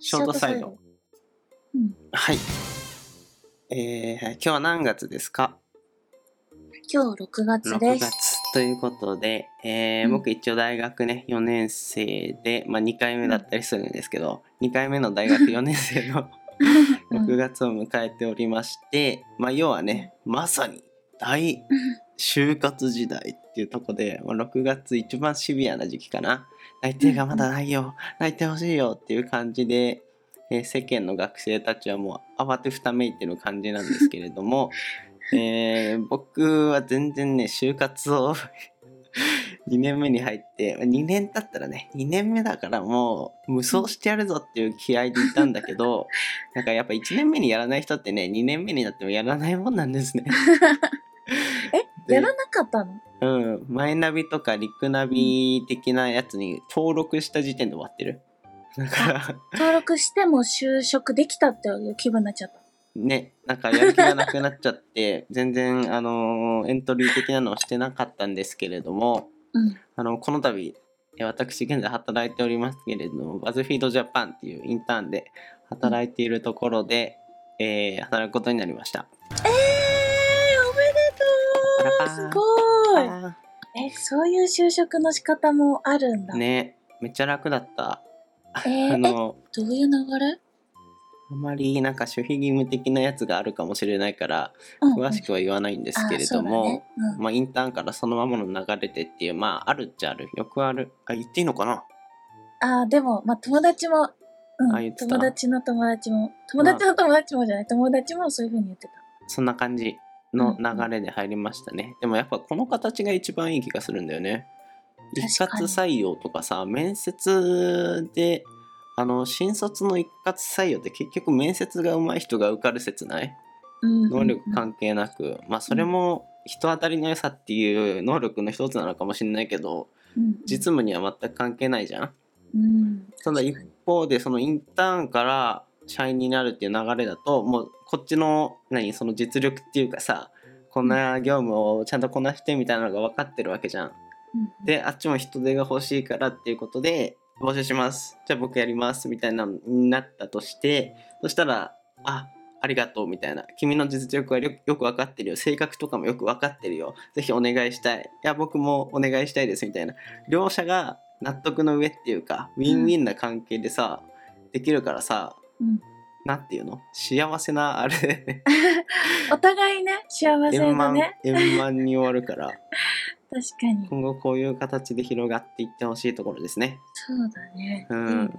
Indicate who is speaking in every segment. Speaker 1: ショートサイド。
Speaker 2: うん
Speaker 1: はい。えー、今日は何月ですか
Speaker 2: 今日6月
Speaker 1: 6
Speaker 2: です。
Speaker 1: 月ということで、えー
Speaker 2: うん
Speaker 1: 僕一応大学ね4年生で、まあ、2回目だったりするんですけど2回目の大学4年生の
Speaker 2: うん
Speaker 1: 6月を迎えておりまして、まあ、要はねまさに大就活時代っていうとこで、まあ、6月一番シビアな時期かな内定がまだないよ内定欲しいよっていう感じで、えー世間の学生たちはもう慌てふためいてる感じなんですけれども、 えー僕は全然ね就活を2年目に入って2年経ったらね2年目だからもう無双してやるぞっていう気合でいたんだけ どなんかやっぱ1年目にやらない人ってね2年目になってもやらないもんなんで すね。で
Speaker 2: やらなかったの
Speaker 1: うん、マイナビとかリクナビ的なやつに登録した時点で終わってる。だから、
Speaker 2: 登録しても就職できたっていう気分になっちゃった。
Speaker 1: ね、なんかやる気がなくなっちゃって、全然、あのーエントリー的なのをしてなかったんですけれども、
Speaker 2: うん。
Speaker 1: あの、この度、え私現在働いておりますけれども、バズフィードジャパンっていうインターンで働いているところで、えー働くことになりました。
Speaker 2: えー、おめでとうすごい
Speaker 1: あ
Speaker 2: え、そういう就職の仕方もあるんだ。
Speaker 1: ーね、めっちゃ楽だった。
Speaker 2: えー
Speaker 1: あの
Speaker 2: どういう流れ、
Speaker 1: あまりなんか守秘義務的なやつがあるかもしれないから
Speaker 2: うんうん、
Speaker 1: 詳しくは言わないんですけれども、
Speaker 2: あそうだね
Speaker 1: まあ、インターンからそのままの流れでっていうまああるっちゃあるよくあるあ言っていいのかな
Speaker 2: うんあーでも、まあ、友達も、うん、
Speaker 1: あ言ってた
Speaker 2: 友達の友達も友達の友達もじゃない友達もそういうふうに言ってた
Speaker 1: そんな感じの流れで入りましたね、でもやっぱこの形が一番いい気がするんだよね
Speaker 2: に
Speaker 1: 一括採用とかさ面接であの新卒の一括採用って結局面接が上手い人が受かる説ない
Speaker 2: うん
Speaker 1: 能力関係なく、まあそれも人当たりの良さっていう能力の一つなのかもしれないけど実務には全く関係ないじゃん。
Speaker 2: うん
Speaker 1: ただ一方でそのインターンから社員になるっていう流れだともうこっちの何その実力っていうかさこんな業務をちゃんとこなしてみたいなのが分かってるわけじゃん。
Speaker 2: うん
Speaker 1: であっちも人手が欲しいからっていうことで募集しますじゃあ僕やりますみたいなのになったとしてそしたらあありがとうみたいな君の実力はよよく分かってるよ性格とかもよく分かってるよぜひお願いしたいいや僕もお願いしたいですみたいな両者が納得の上っていうかウィンウィンな関係でさ、できるからさ、
Speaker 2: うん
Speaker 1: なんていうの幸せなあれだよね
Speaker 2: お互いね幸せ
Speaker 1: 円
Speaker 2: だ
Speaker 1: 満
Speaker 2: ね
Speaker 1: 円満に終わるから
Speaker 2: 確かに
Speaker 1: 今後こういう形で広がっていってほしいところですね
Speaker 2: そうだね、
Speaker 1: うん
Speaker 2: いいね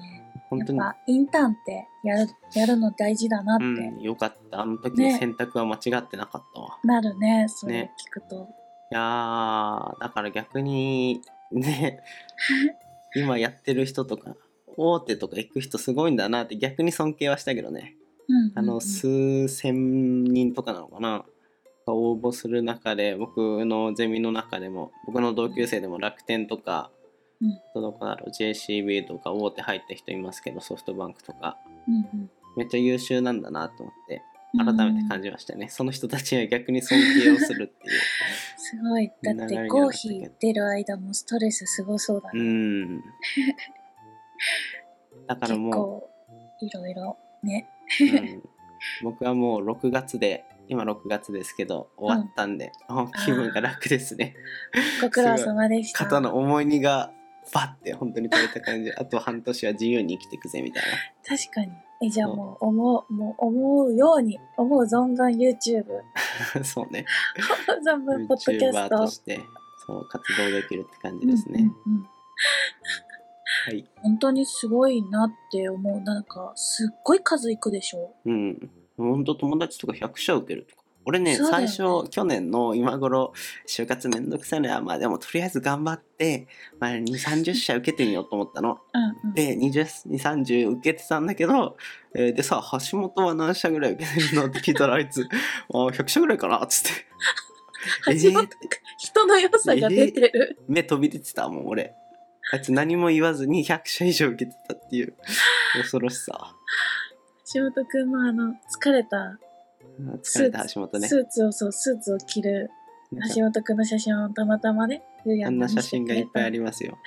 Speaker 1: 本当に
Speaker 2: やっぱインターンってやるやるの大事だなって、
Speaker 1: うん、よかったあの時の
Speaker 2: ね
Speaker 1: 選択は間違ってなかったわ、
Speaker 2: なるねそれ
Speaker 1: ね
Speaker 2: 聞くと、
Speaker 1: いやーだから逆に ね今やってる人とか大手とか行く人すごいんだなって逆に尊敬はしたけどね
Speaker 2: うんうん
Speaker 1: あの数千人とかなのかなが応募する中で僕のゼミの中でも僕の同級生でも楽天とか、
Speaker 2: うん
Speaker 1: あとどこだろう JCB とか大手入った人いますけどソフトバンクとか
Speaker 2: うんうん
Speaker 1: めっちゃ優秀なんだなと思って
Speaker 2: う
Speaker 1: 改
Speaker 2: ん
Speaker 1: めて感じましたね、その人たちには逆に尊敬をするっていう
Speaker 2: すごいだっ
Speaker 1: 流れ
Speaker 2: て
Speaker 1: にな
Speaker 2: 合
Speaker 1: ったけど
Speaker 2: 否出る間もストレスすごそうだ
Speaker 1: う
Speaker 2: ね、
Speaker 1: んだから
Speaker 2: 結
Speaker 1: も
Speaker 2: 構いろいろね
Speaker 1: う、うん僕はもう6月で今6月ですけど終わったんで、あ気分が楽ですね
Speaker 2: ご苦労様でした
Speaker 1: 肩の重い荷がバッて本当に取れた感じあと半年は自由に生きていくぜみたい
Speaker 2: 確かにえじゃあもう思うもう思うように思う存分 YouTube
Speaker 1: な そうね
Speaker 2: 存分ポッドキャス
Speaker 1: YouTuber と
Speaker 2: ト
Speaker 1: してそう活動できるって感じですね、
Speaker 2: うんうんうん
Speaker 1: はい
Speaker 2: 本当にすごいなって思うなんかすっごい数いくでしょ
Speaker 1: うん。本当友達とか100社受けるとか。俺ね、
Speaker 2: そうだよ
Speaker 1: 最
Speaker 2: ね
Speaker 1: 初、去年の今頃、就活めんどくさいのや、まあでもとりあえず頑張って、まあ2、30社受けてみようと思ったの。
Speaker 2: うん うん
Speaker 1: で、20、30受けてたんだけど、えーでさ、橋本は何社ぐらい受けてるのって聞いたら、あいつ、 あー100社ぐらいかなっつって。え
Speaker 2: 橋本
Speaker 1: ー
Speaker 2: 君、人の良さが出てる、
Speaker 1: 目飛び出てたもん、俺。あいつ何も言わずに100社以上受けてたっていう恐ろし さ。
Speaker 2: 橋本君もあの疲れた
Speaker 1: うん疲れた橋本ね。
Speaker 2: スーツをそうスーツを着る
Speaker 1: なんか
Speaker 2: 橋本君の写真をたまたまねゆう
Speaker 1: あ
Speaker 2: や
Speaker 1: んな写真がいっぱいあ
Speaker 2: り
Speaker 1: りますよ。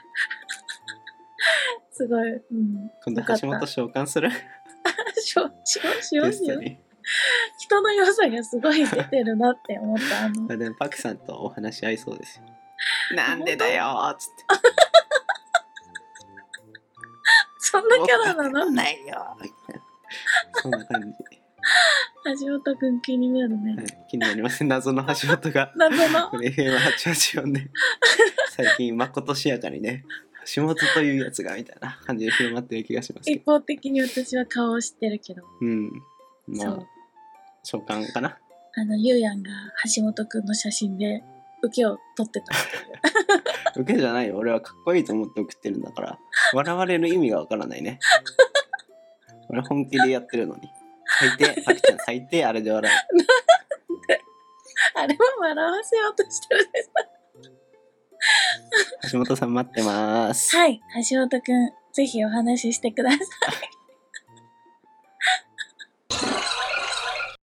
Speaker 2: すごい。うん。
Speaker 1: 今度
Speaker 2: よかっ
Speaker 1: 橋
Speaker 2: た
Speaker 1: 本召喚する
Speaker 2: しようしようしよ
Speaker 1: ゲ
Speaker 2: う
Speaker 1: ス
Speaker 2: し
Speaker 1: ト
Speaker 2: よう。
Speaker 1: に
Speaker 2: 人の良さがすごい出てるなって思った。あの
Speaker 1: あでもパクさんとお話し合いそうですよ なんでだよーっつって
Speaker 2: そんなキャラなの
Speaker 1: ないよそんな感じ、
Speaker 2: 橋本くん気になるね。
Speaker 1: はい気になります謎の橋本が
Speaker 2: 謎 の
Speaker 1: これ FM884 で最近まことしやかにね橋本というやつがみたいな感じで広まってる気がしますけ
Speaker 2: 一
Speaker 1: ど
Speaker 2: 方的に私は顔を知ってるけど、
Speaker 1: うん
Speaker 2: そ
Speaker 1: まあ
Speaker 2: う
Speaker 1: 召喚かな
Speaker 2: あのゆうやんが橋本くんの写真で受けを取ってた。
Speaker 1: 受けじゃないよ俺はかっこいいと思って送ってるんだから笑われる意味がわからない ね俺本気でやってるのに最低あきちゃん最低あれで笑
Speaker 2: あれは笑わせようとしてるんです。
Speaker 1: う橋本さん待ってます
Speaker 2: はい、橋本くん、ぜひお話ししてください。